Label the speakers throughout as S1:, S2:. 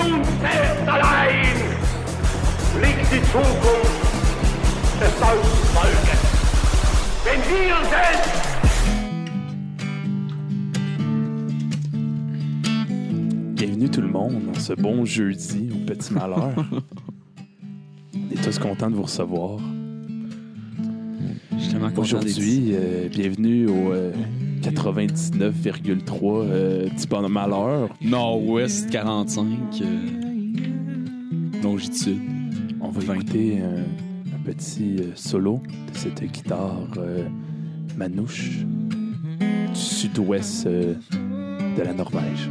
S1: uns selbst allein liegt die Zukunft des deutschen Volkes. Wenn wir selbst
S2: Bienvenue tout le monde dans ce bon jeudi au petit malheur. On est tous contents de vous recevoir.
S3: Je suis tellement content d'être ici.
S2: Aujourd'hui, euh, bienvenue au euh, 99,3 euh, petit bonhomme malheur.
S3: Nord-Ouest 45. euh, donc j'y sud.
S2: On va
S3: Vingt.
S2: écouter euh, un, un petit euh, solo de cette guitare euh, manouche du sud-ouest euh, de la Norvège.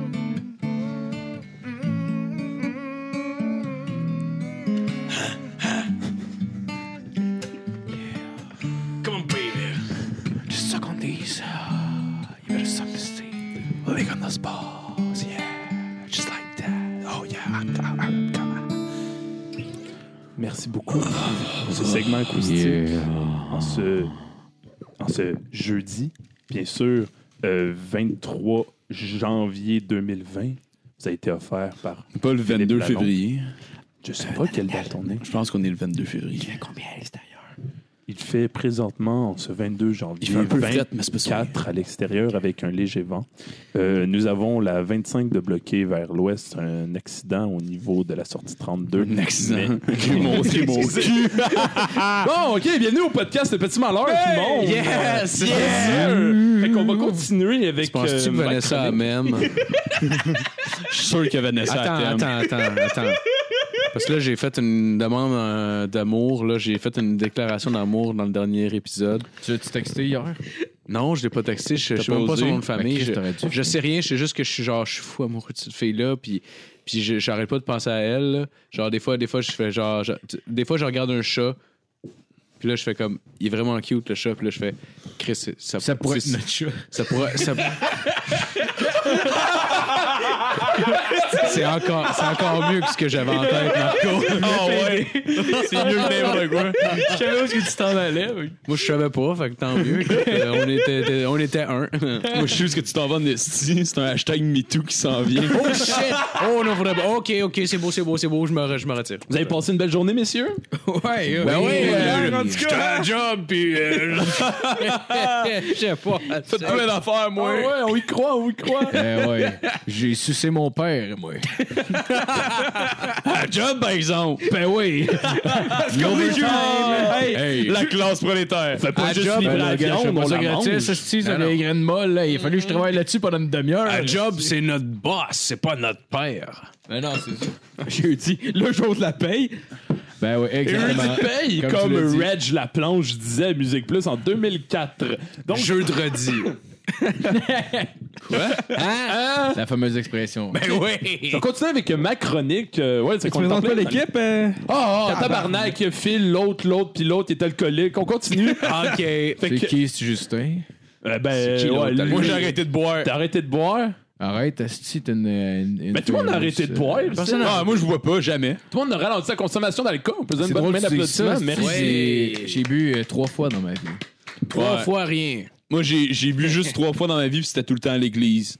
S4: Come on, baby. Just suck on these. You better suck this tea. Lick on those balls, yeah. Just like that. Oh, yeah.
S2: Merci beaucoup pour ce segment acoustique. En ce, en ce jeudi, bien sûr, euh, 23 janvier 2020, ça a été offert par.
S3: Pas le 22
S2: Lalonde.
S3: février.
S2: Je sais pas quelle date on est.
S3: Je pense qu'on est le 22 février.
S4: Combien à l'extérieur?
S2: Il fait présentement en ce 22 janvier.
S3: Il fait un peu
S2: 20
S3: fret, mais c'est pas ça.
S2: 4 à l'extérieur avec un léger vent. Euh, nous avons la 25 de bloquée vers l'ouest, un accident au niveau de la sortie 32.
S3: Un accident.
S2: Mais- J'ai mon- j'ai mon cul. bon, OK, bienvenue au podcast Le Petit Malheur, tout le monde.
S3: Yes!
S2: Yeah! Fait qu'on va continuer avec.
S5: Tu penses-tu
S2: euh,
S5: que
S2: ma
S5: Vanessa a
S2: chronique.
S5: même?
S3: Je suis sûr que Vanessa
S5: attends,
S3: a
S5: attends, attends, attends. Parce que là, j'ai fait une demande euh, d'amour. Là, j'ai fait une déclaration d'amour dans le dernier épisode.
S6: Tu l'as-tu texté hier?
S5: Non, je l'ai pas texté. Je, je sais
S6: pas
S5: même pas son
S6: osé?
S5: nom de famille.
S6: Ben, Chris,
S5: Je,
S6: t'aurais dû.
S5: je sais rien. Je sais juste que je suis genre, je suis fou amoureux de cette fille-là. Puis, puis je- j'arrête pas de penser à elle. là. Genre, des fois, des fois, je fais genre, je- tu- des fois, je regarde un chat. Puis là, je fais comme, il est vraiment cute le chat. Puis là, je fais, Chris, c'est- ça,
S6: Ça pourrait être
S5: c'est-
S6: notre chat.
S5: Ça pourrait. ça- c'est encore, c'est encore mieux que ce que j'avais en tête, Marco.
S3: Ah ouais! C'est mieux que n'importe quoi. Je savais où est-ce que tu t'en allais.
S5: Moi, je savais pas, fait que tant mieux. Écoute, euh, on, était, on était un.
S3: Moi, je sais où est-ce que tu t'en vas en esti. C'est un hashtag MeToo qui s'en vient.
S5: oh shit! Oh non, faudrait pas. Ok, ok, c'est beau, c'est beau, c'est beau, je me, re- je me retire.
S2: Vous avez passé une belle journée, messieurs?
S5: Ouais,
S3: Ben oui,
S5: ouais,
S3: euh, j'étais à la job, puis euh,
S5: Je sais pas.
S3: j'ai fait plein d'affaires, moi.
S2: on y croit, on y croit.
S6: Eh ouais. J'ai sucé mon père, moi.
S3: À la job, par exemple.
S6: Ben oui.
S3: Ah,
S6: Hey.
S3: La classe prolétaire. Fait
S2: pas
S3: à
S2: juste
S3: job,
S2: livrer
S6: Ben,
S2: la
S6: le gars, je
S2: viande,
S6: fais
S2: on
S6: pas ça
S2: la mange.
S6: gratis. Ça, c'est ça, les graines molles, là. Il a fallu que je travaille là-dessus pendant une demi-heure.
S3: la job, c'est notre boss, c'est pas notre père.
S5: Mais non, c'est ça.
S3: Jeudi, le jour de la paye,
S6: Ben oui, exactement.
S2: paye
S6: Comme
S2: comme,
S6: tu l'as dit.
S2: Reg Laplanche disait à Musique Plus en 2004. Donc,
S5: Jeudi.
S6: Hein? La fameuse expression.
S3: ben oui.
S2: on continue avec ma chronique. euh, ouais, c'est qu'on est en plein-
S3: euh?
S2: Ah, ah, tabarnak, il file l'autre, l'autre, puis l'autre est alcoolique. On continue.
S5: Ok.
S2: Fait
S6: C'est
S2: que-
S6: qui, c'est Justin?
S2: Euh, ben,
S5: qui, l'autre?
S2: ouais, lui-
S3: Moi, j'ai arrêté de boire.
S2: T'as arrêté de boire?
S6: Arrête, Asti, t'es une, une, une.
S2: Mais tout le monde a arrêté de boire. Personne
S3: Ah, moi, je bois pas, jamais.
S2: Tout le monde a ralenti sa consommation d'alcool. On peut
S6: C'est
S2: donner une bonne
S6: drôle
S2: main
S6: que tu dises ça.
S2: d'applaudissement.
S6: c'est-
S2: Merci.
S6: c'est- J'ai bu euh, trois fois dans ma vie.
S5: Trois
S3: Ouais.
S5: fois rien.
S3: Moi, j'ai j'ai bu juste trois fois dans ma vie, puis c'était tout le temps à l'église.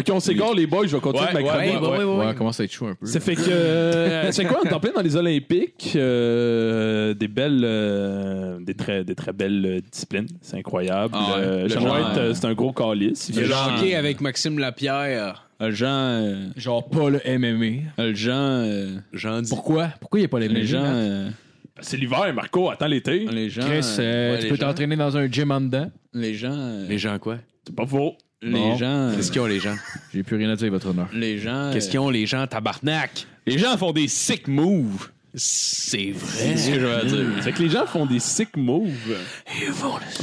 S2: Ok, on s'égare, les boys. Je vais continuer
S3: Ouais,
S2: avec ma
S3: ouais,
S2: chronique.
S3: ouais, ouais.
S6: Ouais, commence à être chaud un peu.
S2: Ça fait que. euh, c'est quoi, on est en plein dans les Olympiques. euh, des belles. euh, des, très, des très belles euh, disciplines. C'est incroyable.
S3: Ah ouais,
S2: Euh,
S3: le
S2: Jean White,
S3: genre.
S2: euh, c'est un gros calice. Il
S5: Le
S2: fait-
S3: genre-
S5: hockey
S6: euh,
S5: avec Maxime Lapierre.
S3: Euh, Jean, euh,
S6: Genre pas le MMA.
S3: euh, Jean, euh,
S5: J'en dis.
S6: Pourquoi? Pourquoi il n'y a pas les
S3: les gens,
S6: gens?
S3: euh,
S2: C'est l'hiver, Marco. Attends l'été.
S3: les gens,
S6: Chris,
S3: euh,
S6: euh,
S5: ouais,
S6: tu
S5: les
S6: peux
S5: gens.
S6: t'entraîner dans un gym en dedans.
S3: les gens, euh,
S5: Les gens quoi?
S2: C'est pas faux.
S3: les gens, euh,
S5: Qu'est-ce qu'ils ont, les gens?
S6: J'ai plus rien à dire, votre honneur.
S3: les gens,
S5: Qu'est-ce qu'ils ont, les gens, tabarnak?
S3: les gens font des sick moves.
S5: C'est vrai.
S3: Ah, C'est ce que je veux dire.
S2: C'est que les gens font des sick moves.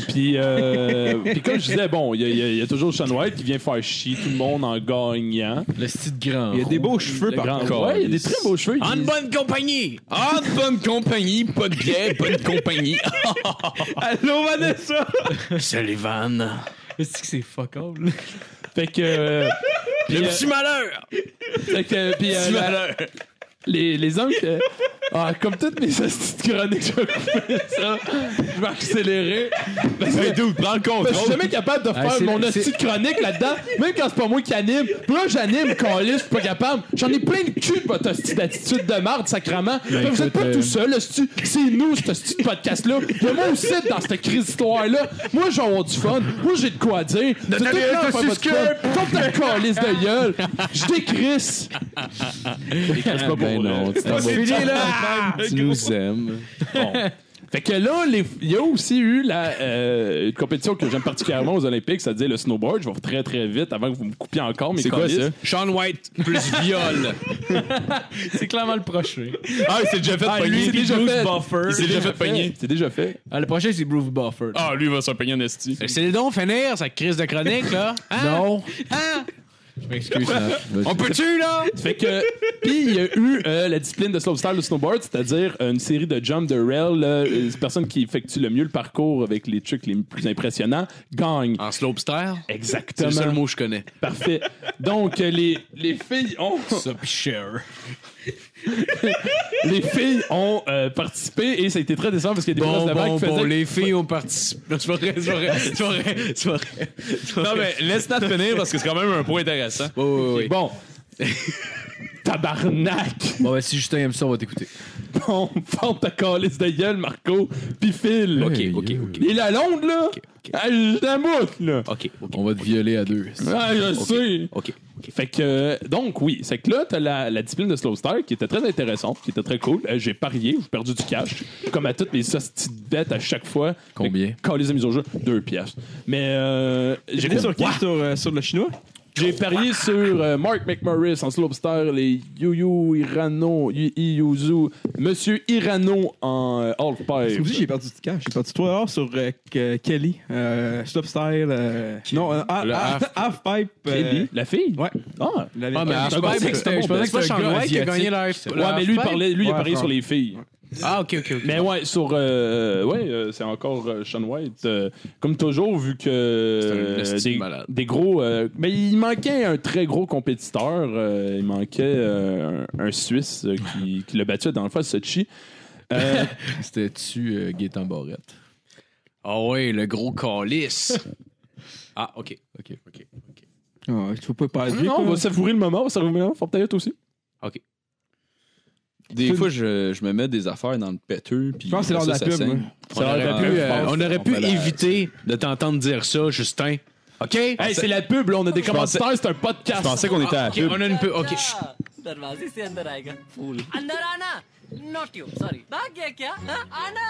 S2: Puis, euh, puis comme je disais, bon, il y, a- il y a- il y a toujours Sean White qui vient faire chier tout le monde en gagnant.
S6: Le style grand.
S3: Il y a des beaux cheveux
S2: Le
S3: par
S2: grand-
S3: contre.
S2: Ouais, il y a des très beaux cheveux.
S5: En
S2: Il-
S5: bonne compagnie!
S3: Ah, de bonne compagnie, pas de bière, pas de compagnie.
S2: Allô, Vanessa!
S5: Sullivan!
S6: Est-ce que c'est fuck all?
S2: Fait que. euh, puis,
S5: Le
S2: euh,
S5: petit malheur!
S2: fait que, puis, euh,
S5: Petit
S2: la-
S5: malheur!
S7: les, les angles. euh, ah, comme toutes mes astuces chroniques, je vais couper ça. Je vais accélérer.
S2: Hey, dude, prends
S7: Parce que je
S2: le
S7: suis
S2: contrôle.
S7: jamais capable de faire
S5: c'est-
S7: mon
S5: c'est-
S7: astuce chronique là-dedans, même quand c'est pas moi qui anime. Puis là, j'anime, câlisse, je suis pas capable. J'en ai plein de cul de votre astuce d'attitude de marde, sacrament. Fait que vous êtes
S5: écoute,
S7: pas
S5: euh,
S7: tout seul, astuce. C'est nous, cet astuce de podcast-là. Il y a moi aussi dans cette crise histoire-là. Moi, j'ai avoir du fun. Moi, j'ai de quoi dire. C'est tout le temps faire votre fun. Comme ta câlisse de gueule. Je décrisse.
S5: Ah, ben non, tu t'en vas-
S7: Fini, là.
S5: tu nous aimes.
S2: Fait que là, les- il y a aussi eu la euh, une compétition que j'aime particulièrement aux Olympiques, c'est-à-dire le snowboard. Je vais très très vite avant que vous me coupiez encore. mes
S5: C'est quoi
S2: câlisses.
S5: ça? Sean White plus viol.
S8: C'est clairement le prochain.
S2: Ah, c'est déjà fait
S8: lui,
S2: pogner.
S8: c'est déjà
S2: Bruce
S8: fait.
S2: Buffer. C'est déjà fait pogner. C'est déjà fait.
S8: Ah, le prochain, c'est Bruce Buffer.
S2: Ah, lui va se faire pogner en esti.
S5: C'est le don finir, sa crise de chronique, là.
S8: Non.
S5: Hein?
S8: Je m'excuse.
S5: On peut-tu, là?
S2: Fait que, puis il y a eu euh, la discipline de slopestyle, le snowboard, c'est-à-dire une série de jumps de rail. là, euh, les personnes qui effectuent le mieux le parcours avec les trucs les plus impressionnants gagnent.
S5: En slopestyle? C'est
S2: Exactement.
S5: le seul mot que je connais.
S2: Parfait. Donc, euh, les, les filles ont. les filles ont euh, participé et ça a été très décevant parce qu'il y a des places de bague qui faisaient.
S5: les filles ont participé. Non, C'est pas vrai, c'est pas vrai, c'est pas vrai, c'est pas vrai.
S4: Non, mais laisse la finir parce que c'est quand même un point intéressant.
S5: Oui, oui, oui.
S2: Bon. Tabarnak!
S8: Bon, ben, si Justin aime ça, on va t'écouter.
S2: Bon, ferme ta calice de gueule, Marco, pis file!
S5: Ok, ok, ok.
S2: Et la longue, là! Ah, je la mouche, là!
S5: Ok, ok.
S8: On va te violer à deux.
S2: Ah, je sais!
S5: Ok.
S2: Fait que, euh, donc, oui, c'est que là, t'as la, la discipline de slow star qui était très intéressante, qui était très cool. Euh, j'ai parié, j'ai perdu du cash, comme à toutes mes hosties de bêtes à chaque fois.
S8: Combien?
S2: Quand les mis au jeu, deux pièces. Mais euh, j'ai
S4: J'étais sur qui sur, euh, sur le chinois
S2: J'ai parié sur euh, Mark McMorris en slopestyle, les Yuyu Irano, Yu- Iyuzu, Monsieur Irano en euh, half-pipe.
S4: Parce que Moi aussi, j'ai perdu du cash. J'ai perdu 3 heures sur euh, Ke- Kelly. Euh, Stop Style. euh, non, euh, ha-
S5: Le
S4: ha- Half-Pipe. euh,
S2: Kelly, la fille?
S4: Ouais.
S2: Ah!
S4: la-
S5: Ah, mais
S4: Ah,
S5: je
S2: pensais
S5: pensais
S2: que
S5: que
S2: c'était-
S5: c'était
S2: je pensais que
S5: pas
S8: c'était un
S5: Sean
S8: gars
S5: White qui a
S8: asiatique.
S5: gagné la F-
S2: Ouais,
S5: la
S2: mais lui, il
S5: F-Pipe.
S2: parlait, lui, il a
S4: Ouais,
S2: parié
S4: Franck.
S2: sur les filles.
S5: Ah, ok, ok, ok.
S2: Mais ouais, sur. euh, ouais, euh, c'est encore euh, Sean White. euh, comme toujours, vu que. euh,
S5: C'est un esti de
S2: des,
S5: malade.
S2: des gros. euh, mais il manquait un très gros compétiteur. euh, il manquait euh, un, un Suisse euh, qui, qui l'a battu dans le fois Sochi. Euh,
S8: C'était-tu euh, Gaétan Barrette?
S5: Ah ouais, le gros calice. Ah, ok.
S8: Ok.
S4: ouais, Tu peux pas parler de lui.
S2: non, on
S4: quoi.
S2: va savourer le moment, on va savourer le moment. Fort Taillot aussi.
S3: Des fois, je, je me mets des affaires dans le péteux. Puis
S4: Je pense que c'est l'heure de la pub. moi.
S5: On aurait pu, euh, on aurait pu éviter de t'entendre dire ça, Justin. Ok?
S2: Hey, c'est la Ah, pub, là, on a des
S3: pensais-
S2: commanditaires, c'est un podcast.
S3: pensais qu'on était à la
S5: Ok, on a une peu. Ok. chut.
S9: अच्छा। दरवाजे से अंदर आएगा फूल अंदर आना नॉट यू सॉरी भाग गया क्या हाँ? आना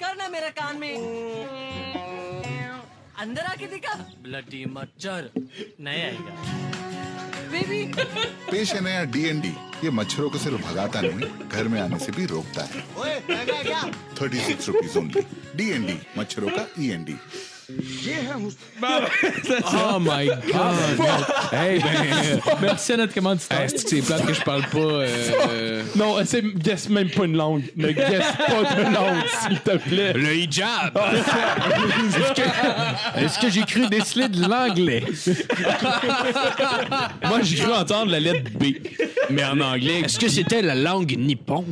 S9: करना मेरे कान में अंदर आके दिखा ब्लडी मच्छर नहीं आएगा बेबी
S10: पेश है नया डीएनडी ये मच्छरों को सिर्फ भगाता नहीं घर में आने से भी रोकता है थर्टी सिक्स रुपीज ओनली डीएनडी मच्छरों का E ईएनडी
S5: Oh my god.
S8: Hey, ben, euh, merci à notre commanditaire.
S5: Est-ce que c'est plate que je parle pas? euh,
S2: Non, c'est guess même pas une langue. Ne guess pas de langue, s'il te plaît.
S5: Le hijab!
S8: Est-ce que j'ai cru déceler de l'anglais?
S5: Moi, j'ai cru entendre la lettre B, mais en anglais. Est-ce que c'était la langue nippon?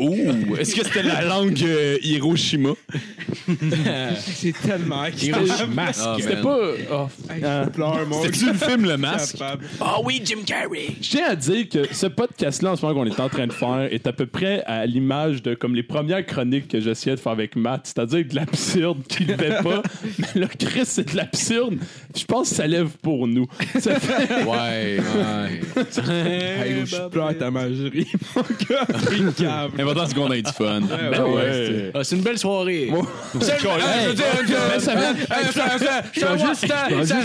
S3: Ouh, est-ce que c'était la langue euh, Hiroshima?
S4: C'est tellement.
S5: Masque.
S2: C'était pas. oh,
S4: Je pleure, moi.
S3: C'était-tu le film Le Masque?
S4: capable.
S5: Ah oui, Jim Carrey!
S2: Je tiens à dire que ce podcast-là, en ce moment qu'on est en train de faire, est à peu près à l'image de comme les premières chroniques que j'essayais de faire avec Matt, c'est-à-dire de l'absurde qui ne devait pas. Mais là, Chris, c'est de l'absurde. Je pense que ça lève pour nous. Ça fait-
S5: Ouais, ouais.
S4: Hey, Je pleure ta magerie, mon gars. C'est cave.
S3: L'important, c'est qu'on ait du fun.
S2: Ben ouais.
S5: Ah, c'est une belle soirée.
S3: Ah,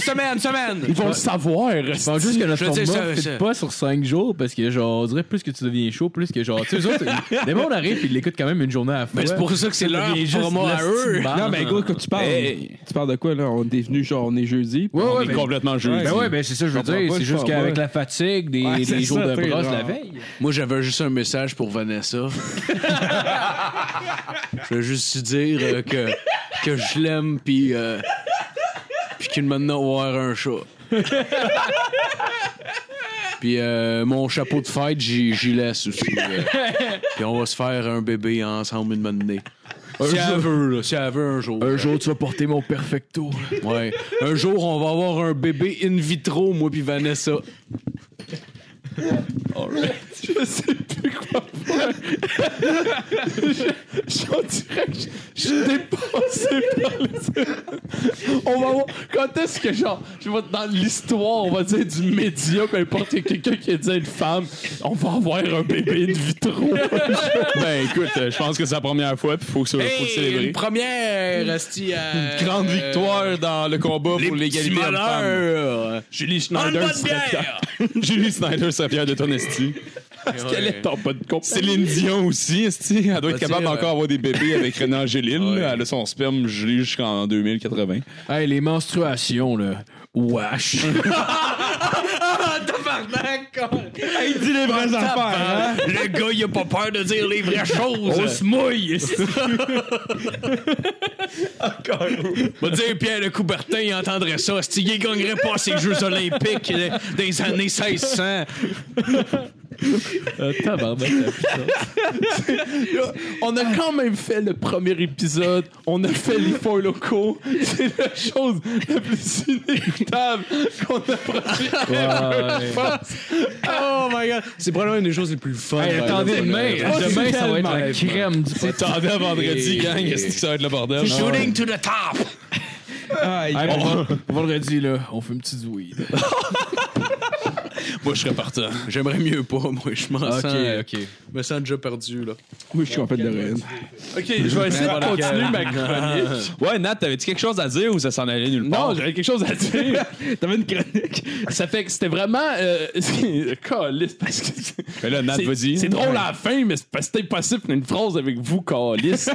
S5: Semaine, semaine.
S2: Ils vont le savoir.
S8: Je pense juste que notre
S5: Je veux dire,
S8: format
S5: ça- ça-
S8: fit pas sur 5 jours parce que, genre, on dirait plus que tu deviens chaud, plus que, genre, tu sais, eux autres, des fois, on arrive et ils l'écoutent quand même une journée à la fois.
S5: Mais c'est pour ça que c'est
S8: Ça
S5: leur
S8: devient juste
S5: format à
S8: la
S5: eux.
S8: petite barre.
S4: Non, mais gros, quand tu parles, tu parles de quoi, là? On est venu, genre, on est jeudi.
S8: Ouais, ouais,
S3: C'est
S8: mais-
S3: complètement jeu.
S8: Ben ouais, ben c'est ça, je veux
S4: comprends
S8: dire.
S4: pas
S8: C'est
S4: le
S8: juste
S4: format.
S8: qu'avec la fatigue, des,
S4: Ouais,
S8: des
S4: c'est
S8: jours
S4: ça,
S8: de
S4: t'sais,
S8: brosse
S4: genre.
S8: la veille.
S5: Moi, j'avais juste un message pour Vanessa. je veux juste lui dire euh, que, que je l'aime, puis euh, puis qu'il maintenant va avoir un chat. Puis euh, mon chapeau de fête, j'y j'y laisse aussi. euh. Puis on va se faire un bébé ensemble une bonne année. si elle veut, là, si elle veut un jour.
S11: Un jour, tu vas porter mon perfecto.
S5: Ouais. Un jour, on va avoir un bébé in vitro, moi puis Vanessa.
S2: J'en dirais que je suis dépassé par les... On va voir... Quand est-ce que, genre, je vais dans l'histoire, on va dire, du média, peu importe, il y a quelqu'un qui a dit à une femme, on va avoir un bébé de vitro.
S4: Ben écoute, euh, je pense que c'est la première fois, puis faut que ça faut le célébrer.
S5: une première, euh, Rusty.
S4: Une grande victoire dans le combat pour l'égalité homme-femme.
S2: Julie Schneider serait fière.
S4: Julie Snyder serait fière de ton esti.
S2: Quel est ton pas de compte?
S4: Céline Dion aussi, esti. Elle doit être
S5: Vas-y,
S4: capable
S5: euh,
S4: encore avoir des bébés avec René Angélil. là. Elle a son sperme gelé jusqu'en 2080.
S11: Hey, les menstruations, là. Wesh.
S4: Dis les vraies affaires,
S12: Le gars, il a pas peur de dire les vraies choses.
S4: On se mouille,
S12: Va dire Pierre Le Coubertin, il entendrait ça. Si il gagnerait pas ces Jeux Olympiques euh, des années 1600.
S4: Euh,
S2: On a quand même fait le premier épisode. Euh, On a fait les fours locaux. C'est la chose la plus inécoutable qu'on a produite.
S5: Oh my god. C'est probablement une des choses les plus fun.
S11: attendez, demain, demain, ça va être la crème du pot.
S4: Attendez à vendredi, gang. Est-ce que ça va être le bordel?
S12: Shooting to the top.
S11: Hey, on va- Vendredi, là, on fait une petite weed.
S4: Moi, je serais partant.
S5: J'aimerais mieux pas, moi. Je m'en
S11: Ok,
S5: sens. euh,
S11: ok.
S5: Je me sens déjà perdu, là.
S11: Oui, je suis en fait de rêve.
S2: Ok, je vais essayer de continuer ma chronique.
S4: Ouais, Nat, t'avais-tu quelque chose à dire ou ça s'en allait nulle part?
S2: Non, j'avais quelque chose à dire. T'avais une chronique. Ça fait que c'était vraiment. Euh, calice, parce que. c'est-
S4: Mais là, Nat,
S2: c'est-
S4: vas-y.
S2: C'est drôle à la fin, mais c'est parce que c'était impossible une phrase avec vous, Calice.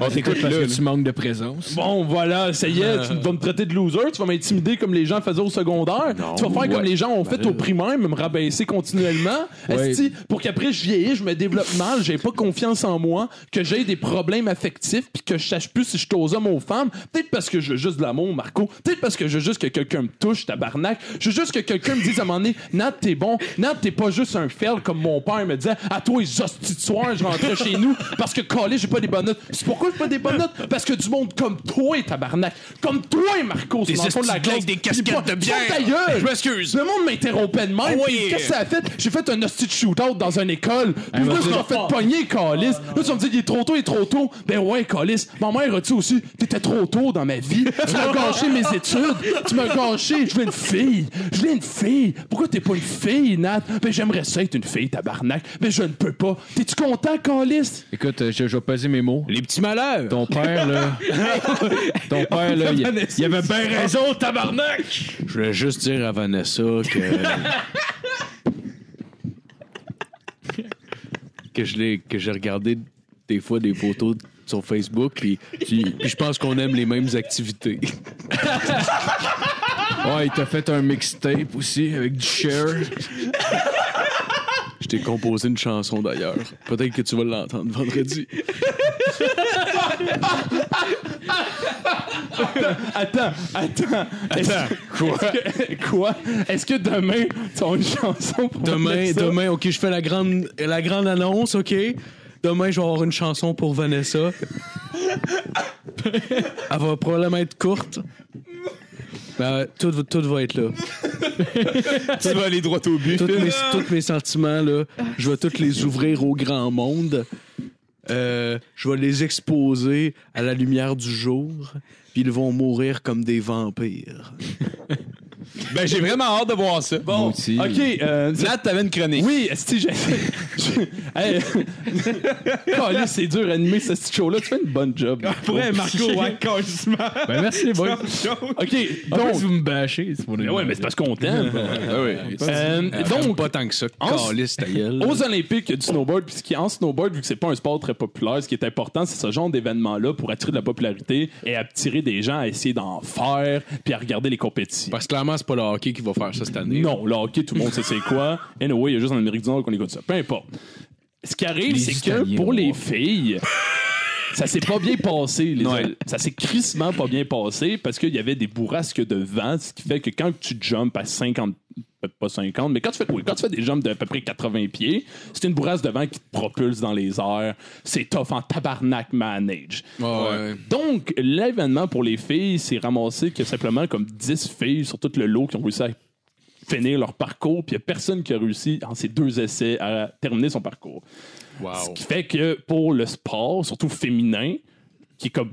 S4: On t'écoute
S11: Parce
S4: là.
S11: que tu manques de présence.
S2: bon, voilà, ça y est, tu vas me traiter de loser, tu vas m'intimider comme les gens faisaient au secondaire, tu vas faire comme les gens ont fait au primaire, mais me rabaisser continuellement. Esti, pour qu'après je vieillisse, je me développe mal, j'ai pas confiance en moi, que j'ai des problèmes affectifs, puis que je sache plus si je suis aux hommes ou aux femmes. Peut-être parce que je veux juste de l'amour, Marco. Peut-être parce que je veux juste que quelqu'un me touche, tabarnak. Je veux juste que quelqu'un me dise à un moment donné, Nat, t'es bon. Nat, t'es pas juste un fel comme mon père me disait. À toi, les hosties de soir, je rentrais chez nous parce que collé, j'ai pas des bonnes notes. C'est pourquoi j'ai pas des bonnes notes? Parce que du monde comme toi, tabarnak. Comme toi, Marco, c'est
S12: Des
S2: dans le fond de la
S12: hosties de
S2: classe.
S12: gueules, des
S2: Puis
S12: casquettes
S2: pas-
S12: de bière.
S2: Ferme ta gueule!
S12: Je m'excuse.
S2: Le monde m'interrompait de même.
S12: Ah
S2: puis
S12: ouais.
S2: Qu'est-ce que ça a fait? J'ai fait un hostie de shootout dans une école. Puis là, je m'en fait pogner, Calis. Là, tu vas me dire, il est trop tôt, il est trop tôt. Ben ouais, Calis. Ma mère a dit aussi, t'étais trop tôt dans ma vie. Tu m'as gâché mes études. Tu m'as gâché. Je veux une fille. Je veux une fille. Pourquoi t'es pas une fille, Nat? Ben j'aimerais ça être une fille, tabarnak. Mais je ne peux pas. T'es-tu content, Calis?
S11: Écoute, euh, je, je vais peser mes mots.
S5: Les petits malheurs.
S11: Ton père, là. ton père, là, il, il avait bien raison.
S5: Je voulais juste dire à Vanessa que. que je l'ai que j'ai regardé des fois des photos sur Facebook puis puis- puis je pense qu'on aime les mêmes activités.
S11: Ouais, il t'a fait un mixtape aussi avec du share.
S5: Je t'ai composé une chanson d'ailleurs. Peut-être que tu vas l'entendre vendredi.
S2: Attends, attends. Attends. Quoi? Quoi? Est-ce que demain, tu as une chanson pour
S5: Demain,
S2: Vanessa?
S5: demain, OK, je fais la grande la grande annonce, OK. Demain, je vais avoir une chanson pour Vanessa. Elle va probablement être courte. Ben, tout, va- tout va être là.
S4: Tu vas aller droit au but.
S5: Toutes mes, tous mes sentiments, là, je vais tous les ouvrir au grand monde. Euh, je vais les exposer à la lumière du jour. Puis ils vont mourir comme des vampires.
S4: Ben, j'ai vraiment hâte de voir ça. Bon.
S2: Ok, euh,
S4: Nat, t'avais une chronique.
S2: Oui, si j'ai. hey, Calais, c'est dur à animer ce petit show-là. Tu fais une bonne job.
S11: Ah,
S4: Ouais, Marco, ouais, calissement.
S11: Ben, merci, les boys.
S2: ok,
S11: Donc,
S2: donc.
S11: vous me bâchez, c'est mon
S2: Ouais, mais c'est parce qu'on t'aime.
S5: Ah oui.
S2: Euh,
S5: Donc,
S2: donc,
S5: pas tant que ça. Ah,
S2: en-
S5: Calisse ta gueule.
S2: aux Olympiques, il y a du snowboard. Puis ce qui, en snowboard, vu que c'est pas un sport très populaire, ce qui est important, c'est ce genre d'événement-là pour attirer de la popularité et attirer des gens à essayer d'en faire puis à regarder les compétitions.
S5: Parce que clairement, c'est pas le hockey qui va faire ça cette année.
S2: Non, le hockey, tout le monde sait c'est quoi. Anyway, il y a juste en Amérique du Nord qu'on écoute ça. Peu importe. Ce qui arrive, c'est que
S11: Italiens,
S2: pour les
S11: ouais.
S2: filles, ça s'est pas bien passé. les ailes. Ça s'est crissement pas bien passé parce qu'il y avait des bourrasques de vent, ce qui fait que quand tu jumps à 50 pas 50, mais quand tu fais, oui, quand tu fais des jumps d'à peu près 80 pieds, c'est une bourrasque de vent qui te propulse dans les airs. C'est tough en tabarnak manage. Donc, l'événement pour les filles, c'est ramassé que simplement comme 10 filles sur tout le lot qui ont réussi à finir leur parcours, puis il n'y a personne qui a réussi en ces deux essais à terminer son parcours. Ce qui fait que pour le sport, surtout féminin, qui est comme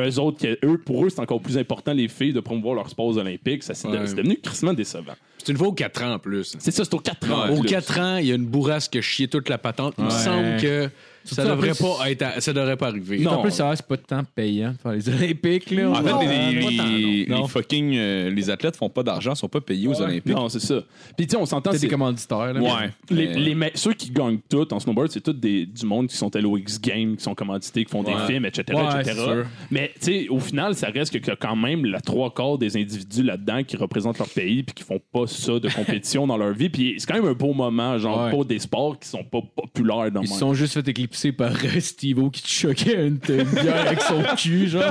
S2: eux autres, que- eux, pour eux, c'est encore plus important, les filles, de promouvoir leur sport aux Olympiques, ça c'est
S13: Ouais.
S2: c'est devenu crissement décevant.
S13: C'est une fois aux 4 ans en plus.
S2: C'est ça, c'est aux 4 ans.
S13: Aux
S2: Plus.
S13: 4 ans, il y a une bourrasque qui a chié toute la patente. Il me
S5: Ah, Ouais.
S13: semble que ça
S5: Surtout en
S13: devrait,
S5: plus-
S13: pas être à- ça devrait pas arriver.
S5: En plus, ça c'est pas tant payant de faire les Olympiques. Là,
S3: En fait,
S5: Non,
S3: les,
S5: pas
S3: les-
S5: tant,
S3: les
S5: non. Non.
S3: fucking euh, les athlètes font pas d'argent, sont pas payés aux Olympiques.
S2: Non, c'est ça. Puis tu sais, on s'entend.
S5: T'as des
S2: c'est-
S5: commanditaires. Là,
S3: Ouais.
S2: Les,
S3: Mais-
S2: les me- ceux qui gagnent tout en snowboard, c'est tous des, du monde qui sont allés au X Games, qui sont commandités, qui font des
S3: Ouais.
S2: films, etc.
S5: Ouais,
S2: etc.
S5: c'est sûr.
S2: Mais tu sais, au final, ça reste que, que quand même la trois quarts des individus là-dedans qui représentent leur pays puis qui font pas ça de compétition dans leur vie. Puis c'est quand même un beau moment, genre
S5: Ouais.
S2: pour des sports qui sont pas populaires dans
S5: Ils
S2: le
S5: se
S2: monde.
S5: sont juste fait éclipser par euh, Steve-O qui te choquait à une une bière avec son cul, genre.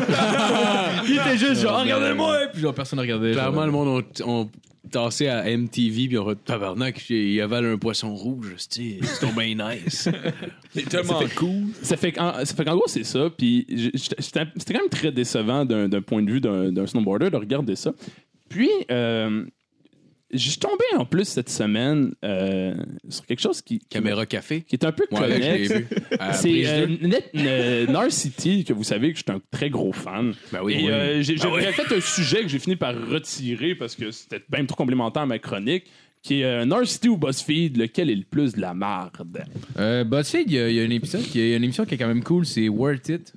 S5: Il était juste genre, regardez-moi! Puis genre, personne ne regardait.
S13: Clairement,
S5: genre.
S13: le monde ont, ont tassé à MTV puis on va tabarnak, il avale un poisson rouge. C'est tombé nice.
S3: C'est tellement cool.
S2: Ça fait qu'en ça fait qu'en gros, c'est ça. Puis j- j'étais- j'étais- c'était quand même très décevant d'un d'un point de vue d'un d'un snowboarder de regarder ça. Puis, euh, je suis tombé en plus cette semaine euh, sur quelque chose qui, qui,
S13: Caméra café.
S2: qui est un peu
S13: Moi, je l'ai
S2: connexe.
S13: vu. À
S2: C'est
S13: Brise-le.
S2: euh, Net- euh, Narcity, que vous savez que je suis un très gros fan.
S13: Ben oui,
S2: Et
S13: oui.
S2: euh, j'ai j'ai- j'ai fait un sujet que j'ai fini par retirer parce que c'était même trop complémentaire à ma chronique, qui est euh, Narcity ou BuzzFeed, lequel est le plus de la marde.
S5: Euh, BuzzFeed, il y, a- il y a un épisode, qui- il y a une émission qui est quand même cool, c'est Worth It.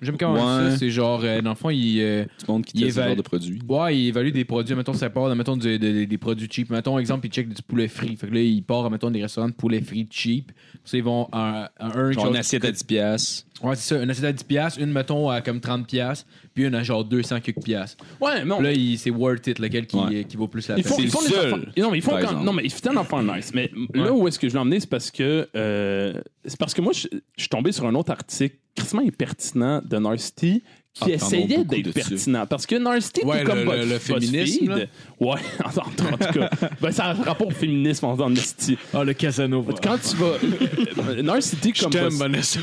S5: J'aime quand même
S3: Ouais.
S5: ça. C'est genre, euh, dans le fond, il. euh,
S3: Tout le monde qui
S5: Il
S3: teste ce
S5: évalue-
S3: genre de produit.
S5: Ouais, il évalue des produits, mettons, ça part, mettons, du- de- de- des produits cheap. Mettons, exemple, il check du poulet frit. Fait que là, il part, mettons, des restaurants de poulet frit cheap. Ça, ils vont à, à un.
S3: Genre
S5: genre-
S3: une assiette à 10 piastres.
S5: Ouais, c'est ça. Une assiette à 10$, piastres, une, mettons, à comme 30$, piastres, puis une à genre 200 quelques piastres.
S2: Ouais, non.
S5: Puis Là, il- c'est worth it, lequel qui,
S3: Ouais.
S5: qui vaut plus la
S2: Ils
S5: peine.
S2: font,
S3: C'est
S2: ils font
S3: le
S2: des
S3: seul,
S2: affaires- Non, mais ils font
S3: par
S2: quand-
S3: exemple.
S2: non, mais ils font un enfant nice. Mais là où est-ce que je veux l'emmener, c'est parce que euh, c'est parce que moi, je, je suis tombé sur un autre article crissement impertinent de Narcity qui
S3: Ah, t'en as
S2: essayait
S3: beaucoup
S2: d'être
S3: dessus.
S2: pertinent. Parce que Narcity,
S13: Ouais,
S2: tout
S13: le- le-
S2: comme Buzz-
S13: le féminisme,
S2: BuzzFeed- Ouais, en, en tout cas. ben, ça a un rapport au féminisme en Narcity.
S5: Ah, le Casanova.
S2: Quand tu vas. euh, Narcity comme Buzz-
S13: Vanessa.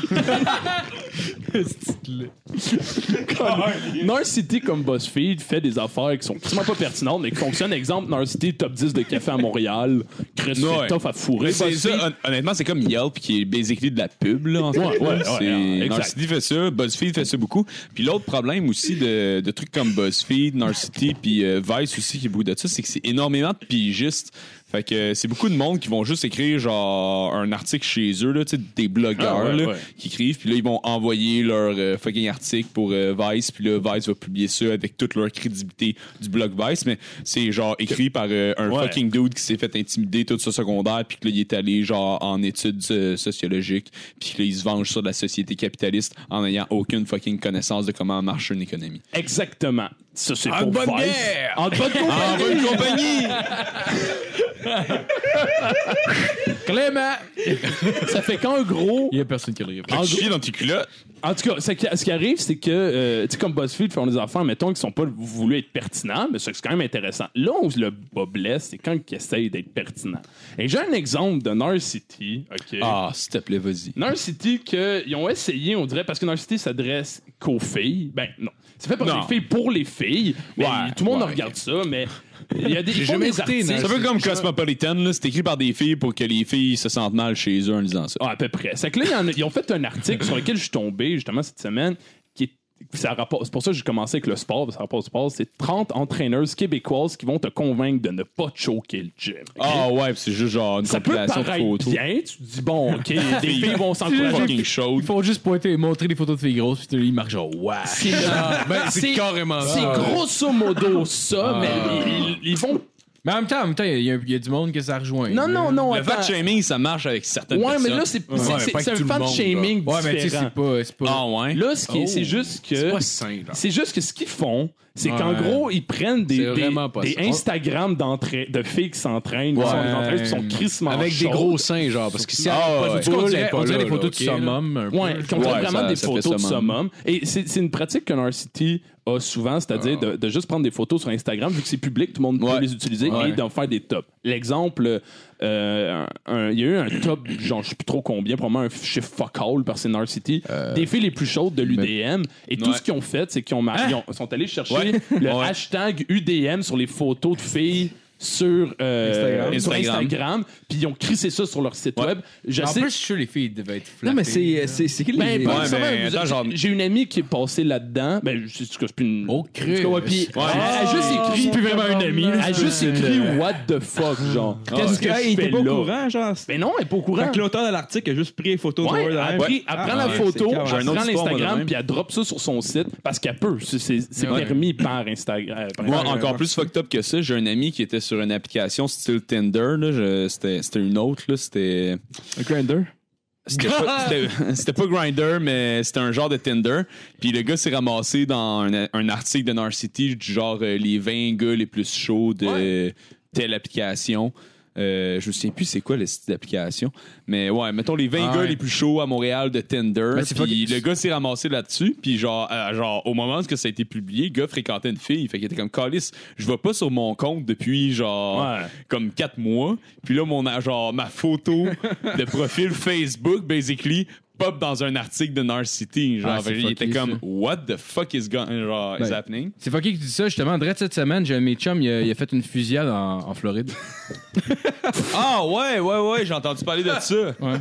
S2: Narcity comme BuzzFeed fait des affaires qui sont quasiment pas pertinentes mais qui fonctionnent. Exemple, Narcity top 10 de café à Montréal. Chris, c'est
S3: Ouais.
S2: tough à fourrer.
S3: C'est
S2: BuzzFeed,
S3: ça, hon- honnêtement, c'est comme Yelp qui est basically de la pub. Là, en ce moment.
S2: ouais,
S3: C'est-
S2: ouais, exact.
S3: Narcity fait ça, BuzzFeed fait ça beaucoup. Puis l'autre problème aussi de, de trucs comme BuzzFeed, Narcity, puis euh, Vice aussi qui est beaucoup de ça, c'est que c'est énormément de pigistes. Fait que euh, c'est beaucoup de monde qui vont juste écrire genre un article chez eux, là, tu sais, des blogueurs
S2: Ah, ouais,
S3: là,
S2: ouais.
S3: qui écrivent, puis là ils vont envoyer leur euh, fucking article pour euh, Vice, puis là Vice va publier ça avec toute leur crédibilité du blog Vice, mais c'est genre écrit par euh, un
S2: Ouais.
S3: fucking dude qui s'est fait intimider tout ce secondaire puis que là il est allé genre en études euh, sociologiques puis que là il se venge sur la société capitaliste en n'ayant aucune fucking connaissance de comment marche une économie.
S2: Exactement. Ça, c'est pour
S3: bonne
S2: Vice.
S3: bière!
S2: En bonne compagnie!
S3: En bonne compagnie!
S5: Clément!
S2: ça fait qu'en gros...
S5: Il y a personne qui le répond.
S3: Tu chies dans tes culottes.
S2: En tout cas, ce qui, ce qui arrive, c'est que, euh, tu sais, comme BuzzFeed font des affaires, mettons, qui sont pas voulu être pertinents, mais c'est quand même intéressant. Là où le bas blesse, c'est quand ils essayent d'être pertinents. Et j'ai un exemple de Narcity, OK?
S3: Ah, s'il te plaît, vas-y.
S2: Narcity qu'ils ont essayé, on dirait, parce que Narcity s'adresse qu'aux filles. Ben non. C'est fait par
S3: Non.
S2: les filles pour les filles. Mais
S3: Ouais,
S2: tout le monde
S3: ouais.
S2: regarde ça, mais il y a des, ils font
S13: jamais
S2: des
S13: écouté,
S2: articles.
S3: C'est un peu comme Cosmopolitan, là. C'est écrit par des filles pour que les filles se sentent mal chez eux en lisant ça.
S2: Ah, à peu près. C'est que là, il y en a- ils ont fait un article sur lequel je suis tombé justement cette semaine qui est ça a rapport- c'est pour ça que j'ai commencé avec le sport, parce que ça a rapport au sport. C'est 30 entraîneuses québécoises qui vont te convaincre de ne pas choquer le gym.
S3: Ah ouais, pis c'est juste genre une
S2: Ça peut
S3: compilation de
S2: paraître
S3: photos.
S2: bien, tu te dis, bon, OK, des filles vont s'encourager.
S3: Fucking chaude.
S5: Ils font juste pointer, montrer des photos de filles grosses, puis ils marchent genre, ouais.
S2: Ben, C'est le-
S13: C'est carrément
S2: c'est
S13: ça.
S2: grosso modo ça, mais ils, ils- ils vont
S5: Mais en même temps, en même temps, il y, a- il y a du monde que ça rejoint.
S2: Non, non, non,
S5: Le
S2: Le fat
S5: vaccin-
S2: shaming, ça marche avec certaines
S14: Ouais,
S2: personnes.
S14: mais là, c'est c'est-
S2: mais
S14: c'est-
S2: pas avec
S14: c'est un
S2: tout le
S14: fan
S2: monde,
S14: shaming
S2: genre.
S14: différent.
S5: pas. c'est
S2: Ah ouais?
S14: Là, ce qui est- c'est
S2: Oh.
S14: juste que.
S2: C'est pas sain, là.
S14: C'est juste que ce qu'ils font, c'est qu'en
S5: Ouais.
S14: gros, ils prennent des,
S5: C'est
S14: des,
S5: vraiment pas
S14: des
S5: ça.
S14: Instagram d'entraî- de filles qui s'entraînent, qui sont
S5: Ouais.
S14: des entraîneuses, qui sont crissement
S3: Avec des
S14: chaudes.
S3: gros seins, genre, parce que si elle
S2: Ah,
S3: a pas
S2: ouais.
S3: de
S5: On
S3: boule, elle est
S5: dirait,
S3: pas
S5: on dirait
S3: là,
S5: des photos
S3: là,
S5: du
S3: ok, là.
S5: summum. un peu.
S14: Ouais, qui ont
S2: Ouais,
S14: vraiment
S2: ça-
S14: des
S2: ça
S14: photos
S2: fait
S14: de
S2: summum.
S14: summum. Et c'est c'est une pratique que City a souvent, c'est-à-dire de, de juste prendre des photos sur Instagram, vu que c'est public, tout le monde
S2: Ah. Ouais.
S14: peut les utiliser
S2: Ouais.
S14: et d'en faire des tops. L'exemple, euh, un- il y a eu un top, genre je sais plus trop combien, probablement un chiffre fuck all par City City des filles les plus chaudes de l'UDM. Et tout
S2: Euh, Ouais.
S14: ce qu'ils ont fait, c'est qu'ils ont, mar-
S5: Ah!
S14: ils ont- sont allés chercher
S2: Ouais.
S14: le
S2: Ouais.
S14: hashtag UDM sur les photos de filles. Sur, euh, sur
S2: Instagram.
S14: Instagram, puis ils ont crissé ça sur leur site
S2: Ouais.
S14: web. Je
S5: En
S14: sais
S5: plus, je suis sûr les filles devaient être flattées.
S4: Non, mais
S5: euh,
S4: c'est c'est- c'est qui
S14: ben,
S4: les.
S14: pas
S2: Ouais,
S14: nécessairement,
S2: mais
S14: vous-
S2: attends, genre-
S14: J'ai une amie qui est passée là-dedans. Ben, je sais plus une.
S5: Oh, Christ.
S14: En tout cas, ouais, puis
S2: Ouais.
S14: elle a juste écrit.
S15: plus vraiment une amie.
S14: Elle a juste écrit What the fuck, genre. Qu'est-ce que
S4: Ah,
S14: je
S4: il était
S14: fais
S4: pas au
S14: là?
S4: courant, genre.
S2: Ben,
S14: Mais non, elle est pas au
S4: Fait
S14: courant.
S4: que l'auteur de l'article a juste pris les photos
S14: Ouais,
S4: de
S14: elle,
S2: hein?
S4: Word.
S14: pris- elle prend la
S4: hein.
S2: Ah,
S4: ouais,
S14: photo,
S4: c'est
S14: elle
S4: clair.
S2: J'ai un
S14: prend
S2: autre histoire, moi, de
S14: l'Instagram,
S2: même.
S14: puis elle drop ça sur son site parce qu'elle peut. C'est- C'est c'est
S4: Ouais.
S14: permis par Instagram.
S2: Moi, encore plus fucked up que ça, j'ai un ami qui était sur une application style Tinder. là, je- C'était c'était une autre. là, C'était.
S15: Grinder.
S2: C'était pas, c'était- c'était pas Grinder, mais c'était un genre de Tinder. Puis le gars s'est ramassé dans un, un article de Narcity du genre euh, les 20 gars les plus chauds de telle application. Euh, je me souviens plus c'est quoi le style d'application. Mais ouais, mettons les 20
S5: Ah
S2: gars
S5: ouais.
S2: les plus chauds à Montréal de Tinder.
S5: Mais c'est
S2: Puis
S5: pas-
S2: le gars s'est ramassé là-dessus. Puis genre, euh, genre, au moment où ça a été publié, le gars fréquentait une fille. Fait qu'il était comme Calis, je vais pas sur mon compte depuis genre
S14: Ouais.
S2: comme quatre mois. Puis là, mon, genre, ma photo de profil Facebook, basically, pop dans un article de Narcity. Genre,
S5: Ah, c'est
S2: il était
S5: fucké,
S2: comme,
S5: ça.
S2: What the fuck is, go- genre, is
S5: Ben,
S2: happening?
S5: C'est fucké que tu dis ça, justement. Drette, cette semaine, j'ai un de mes chums, il a, il a fait une fusillade en, en Floride.
S2: Ah ouais, ouais, ouais, j'ai entendu parler de ça.
S5: Ouais.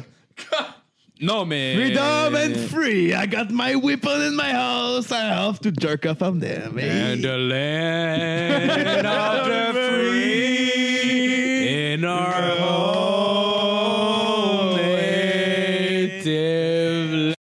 S2: Non, mais.
S4: Freedom and free. I got my weapon in my house. I have to jerk off on them. eh.
S2: And the land of the free.